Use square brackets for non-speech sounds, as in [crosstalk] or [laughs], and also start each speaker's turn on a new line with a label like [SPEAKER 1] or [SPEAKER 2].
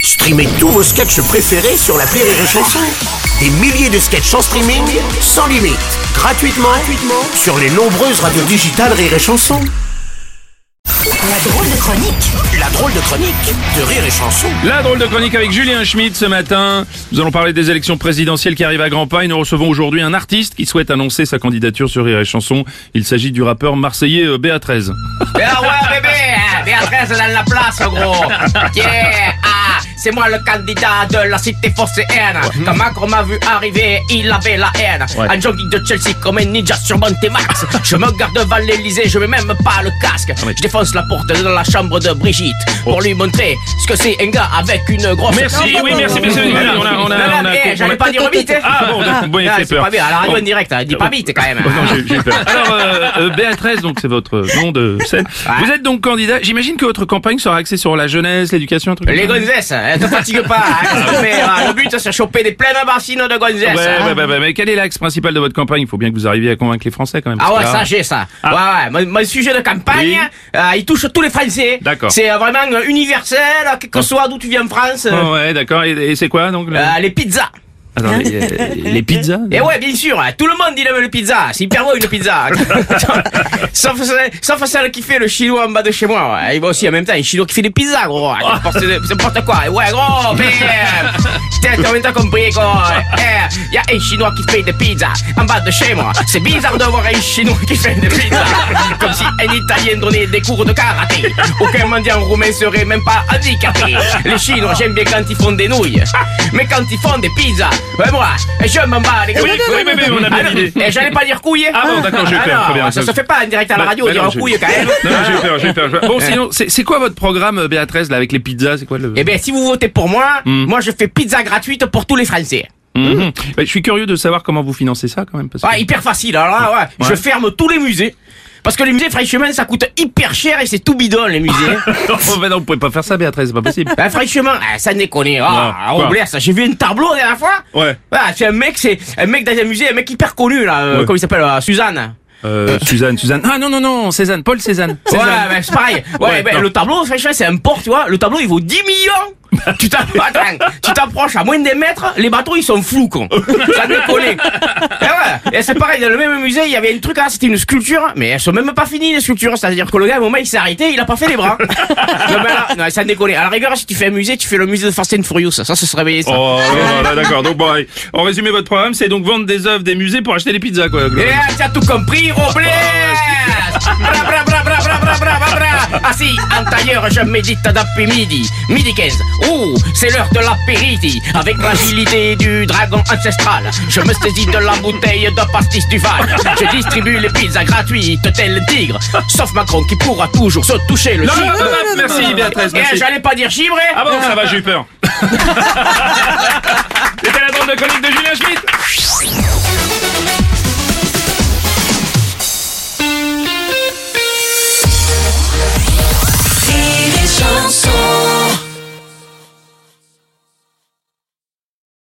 [SPEAKER 1] Streamez tous vos sketchs préférés sur la Rire et Chanson. Des milliers de sketchs en streaming, sans limite, gratuitement, gratuitement sur les nombreuses radios digitales Rire et Chanson.
[SPEAKER 2] La drôle de chronique
[SPEAKER 1] La drôle de chronique de Rire et Chanson.
[SPEAKER 3] La drôle de chronique avec Julien Schmidt ce matin. Nous allons parler des élections présidentielles qui arrivent à grands pas et nous recevons aujourd'hui un artiste qui souhaite annoncer sa candidature sur Rire et Chanson. Il s'agit du rappeur marseillais euh, BA13.
[SPEAKER 4] Ah ouais, bébé, hein, Béatrice dans la place, gros. Yeah, ah, c'est moi le candidat de la cité phocéenne. Quand Macron m'a vu arriver, il avait la haine. Un jogging de Chelsea comme un ninja sur Monte Max. Je me garde devant l'Elysée, je mets même pas le casque.
[SPEAKER 3] Ah, mais- Oh.
[SPEAKER 4] Je défonce la porte de la chambre de Brigitte pour lui montrer ce que c'est un gars avec une grosse.
[SPEAKER 3] Merci, oui, merci, merci. On a, on a, on a,
[SPEAKER 4] Non, non,
[SPEAKER 3] on a-
[SPEAKER 4] eh, j'allais pas dire vite. hein.
[SPEAKER 3] Ah bon, d'accord, bon, il
[SPEAKER 4] Ah,
[SPEAKER 3] fait
[SPEAKER 4] c'est
[SPEAKER 3] peur.
[SPEAKER 4] pas bien. À la radio
[SPEAKER 3] Bon.
[SPEAKER 4] en direct, hein, dis pas vite quand même.
[SPEAKER 3] Oh non, j'ai- j'ai eu peur. Alors, euh, euh, BA13, donc c'est votre nom de scène.
[SPEAKER 4] Ah.
[SPEAKER 3] Vous êtes donc candidat. J'imagine que votre campagne sera axée sur la jeunesse, l'éducation, un truc. comme
[SPEAKER 4] Les
[SPEAKER 3] ça.
[SPEAKER 4] gonzesses, hein, ne fatigue pas. hein, qu'est-ce que tu fais, hein le but, c'est choper des pleines bassines de gonzesses.
[SPEAKER 3] Ah, Ouais,
[SPEAKER 4] hein.
[SPEAKER 3] ouais, ouais, ouais, mais quel est l'axe principal de votre campagne Il faut bien que vous arriviez à convaincre les Français quand même.
[SPEAKER 4] Ah
[SPEAKER 3] parce
[SPEAKER 4] ouais,
[SPEAKER 3] que là-
[SPEAKER 4] ça j'ai ça. Ouais, ouais. Mon, mon sujet de campagne,
[SPEAKER 3] Ah. Oui.
[SPEAKER 4] euh, il touche tous les Français.
[SPEAKER 3] D'accord.
[SPEAKER 4] C'est euh, vraiment euh, universel, quel que soit d'où tu viens en France.
[SPEAKER 3] Ah ouais, d'accord. Et, et c'est quoi donc le-
[SPEAKER 4] Euh, les pizzas.
[SPEAKER 3] Attends, les, euh,
[SPEAKER 4] [laughs]
[SPEAKER 3] les pizzas
[SPEAKER 4] Et ouais, bien sûr, hein, tout le monde il aime le pizza. C'est hyper bon une pizza. sauf, celle- sauf celle qui fait le chinois en bas de chez moi. ouais. Et moi aussi, en même temps, un chinois qui fait des pizzas, gros. hein, qui porte des- C'est n'importe quoi. Et ouais, gros, mais. Putain, t'as en même temps compris, gros. Eh, y a un chinois qui fait des pizzas en bas de chez moi. C'est bizarre de voir un chinois qui fait des pizzas. Comme si un italien donnait des cours de karaté. Aucun mendiant roumain serait même pas handicapé. Les chinois, j'aime bien quand ils font des nouilles. Mais quand ils font des pizzas, ouais, moi, je m'en bats les couilles.
[SPEAKER 3] Oui, oui, mais, mais on a bien
[SPEAKER 4] Ah non,
[SPEAKER 3] l'idée.
[SPEAKER 4] eh, j'allais pas dire couille.
[SPEAKER 3] Ah bon, d'accord, j'ai eu
[SPEAKER 4] Ah
[SPEAKER 3] peur,
[SPEAKER 4] non,
[SPEAKER 3] très bien.
[SPEAKER 4] Ça se fait pas en direct à la
[SPEAKER 3] Bah,
[SPEAKER 4] radio,
[SPEAKER 3] bah
[SPEAKER 4] dire
[SPEAKER 3] non,
[SPEAKER 4] un
[SPEAKER 3] j'ai-
[SPEAKER 4] couille quand même.
[SPEAKER 3] [laughs] Non, non, j'ai eu peur, j'ai eu peur. j'ai eu peur. Bon, sinon, c'est c'est quoi votre programme, euh, Béatrice, là, avec les pizzas C'est quoi le...
[SPEAKER 4] Eh bien, si vous votez pour moi,
[SPEAKER 3] Hmm.
[SPEAKER 4] moi je fais pizza gratuite pour tous les Français.
[SPEAKER 3] Mhm. Bah, Je suis curieux de savoir comment vous financez ça, quand même. Parce que...
[SPEAKER 4] Ouais, hyper facile. Alors là, ouais, je
[SPEAKER 3] Ouais.
[SPEAKER 4] ferme tous les musées. Parce que les musées, franchement, ça coûte hyper cher et c'est tout bidon,
[SPEAKER 3] [laughs]
[SPEAKER 4] les musées.
[SPEAKER 3] [laughs] non, bah non, vous pouvez pas faire ça, Béatrice, c'est pas possible.
[SPEAKER 4] Ben, franchement, eh, ça déconne. Ah,
[SPEAKER 3] Ouais,
[SPEAKER 4] on
[SPEAKER 3] quoi
[SPEAKER 4] blesse. J'ai vu un tableau la dernière fois.
[SPEAKER 3] Ouais.
[SPEAKER 4] Ah, c'est un mec, c'est un mec dans un musée, un mec hyper connu, là. euh,
[SPEAKER 3] Ouais.
[SPEAKER 4] Comment il s'appelle, euh, Suzanne.
[SPEAKER 3] Euh, Suzanne, Suzanne. Ah non, non, non, Cézanne, Paul Cézanne.
[SPEAKER 4] Ouais,
[SPEAKER 3] Cézanne.
[SPEAKER 4] ben, c'est pareil. Ouais,
[SPEAKER 3] Ouais,
[SPEAKER 4] ben,
[SPEAKER 3] non.
[SPEAKER 4] le tableau, franchement, c'est un port, tu vois. Le tableau, il vaut 10 [laughs] millions. tu t'app- attends, tu t'approches à moins d'un mètre, les bateaux, ils sont flous, con. Ça décolle. [laughs] Et ouais. Et c'est pareil, dans le même musée, il y avait un truc, là, c'était une sculpture, mais elles sont même pas finies, les sculptures. C'est-à-dire que le gars, au moment, il s'est arrêté, il a pas fait les [laughs] bras. non, mais là, non, ça décolle. À la rigueur, si tu fais un musée, tu fais le musée de Fast and Furious. Ça, ce serait bien, ça.
[SPEAKER 3] Oh, là, là, là, d'accord. Donc, bon, allez. en résumé, votre programme, c'est donc vendre des œuvres des musées pour acheter des pizzas, quoi.
[SPEAKER 4] Et là, t'as tout Eh, compris, Robles Bra, bra, bra, bra, bra, bra, bra, bra, bra. Assis en tailleur, je médite depuis midi. Midi 15. Ouh, c'est l'heure de l'apéritif. Avec l'agilité du dragon ancestral, je me saisis de la bouteille de pastis du Val. Je distribue les pizzas gratuites, tel le tigre. Sauf Macron qui pourra toujours se toucher le
[SPEAKER 3] Non, non,
[SPEAKER 4] chibre.
[SPEAKER 3] non, non, merci, Béatrice,
[SPEAKER 4] Eh,
[SPEAKER 3] merci.
[SPEAKER 4] j'allais pas dire chibre, eh.
[SPEAKER 3] Ah bon, [laughs] ça va, j'ai eu peur. C'était la bande de chronique de Julien Schmitt.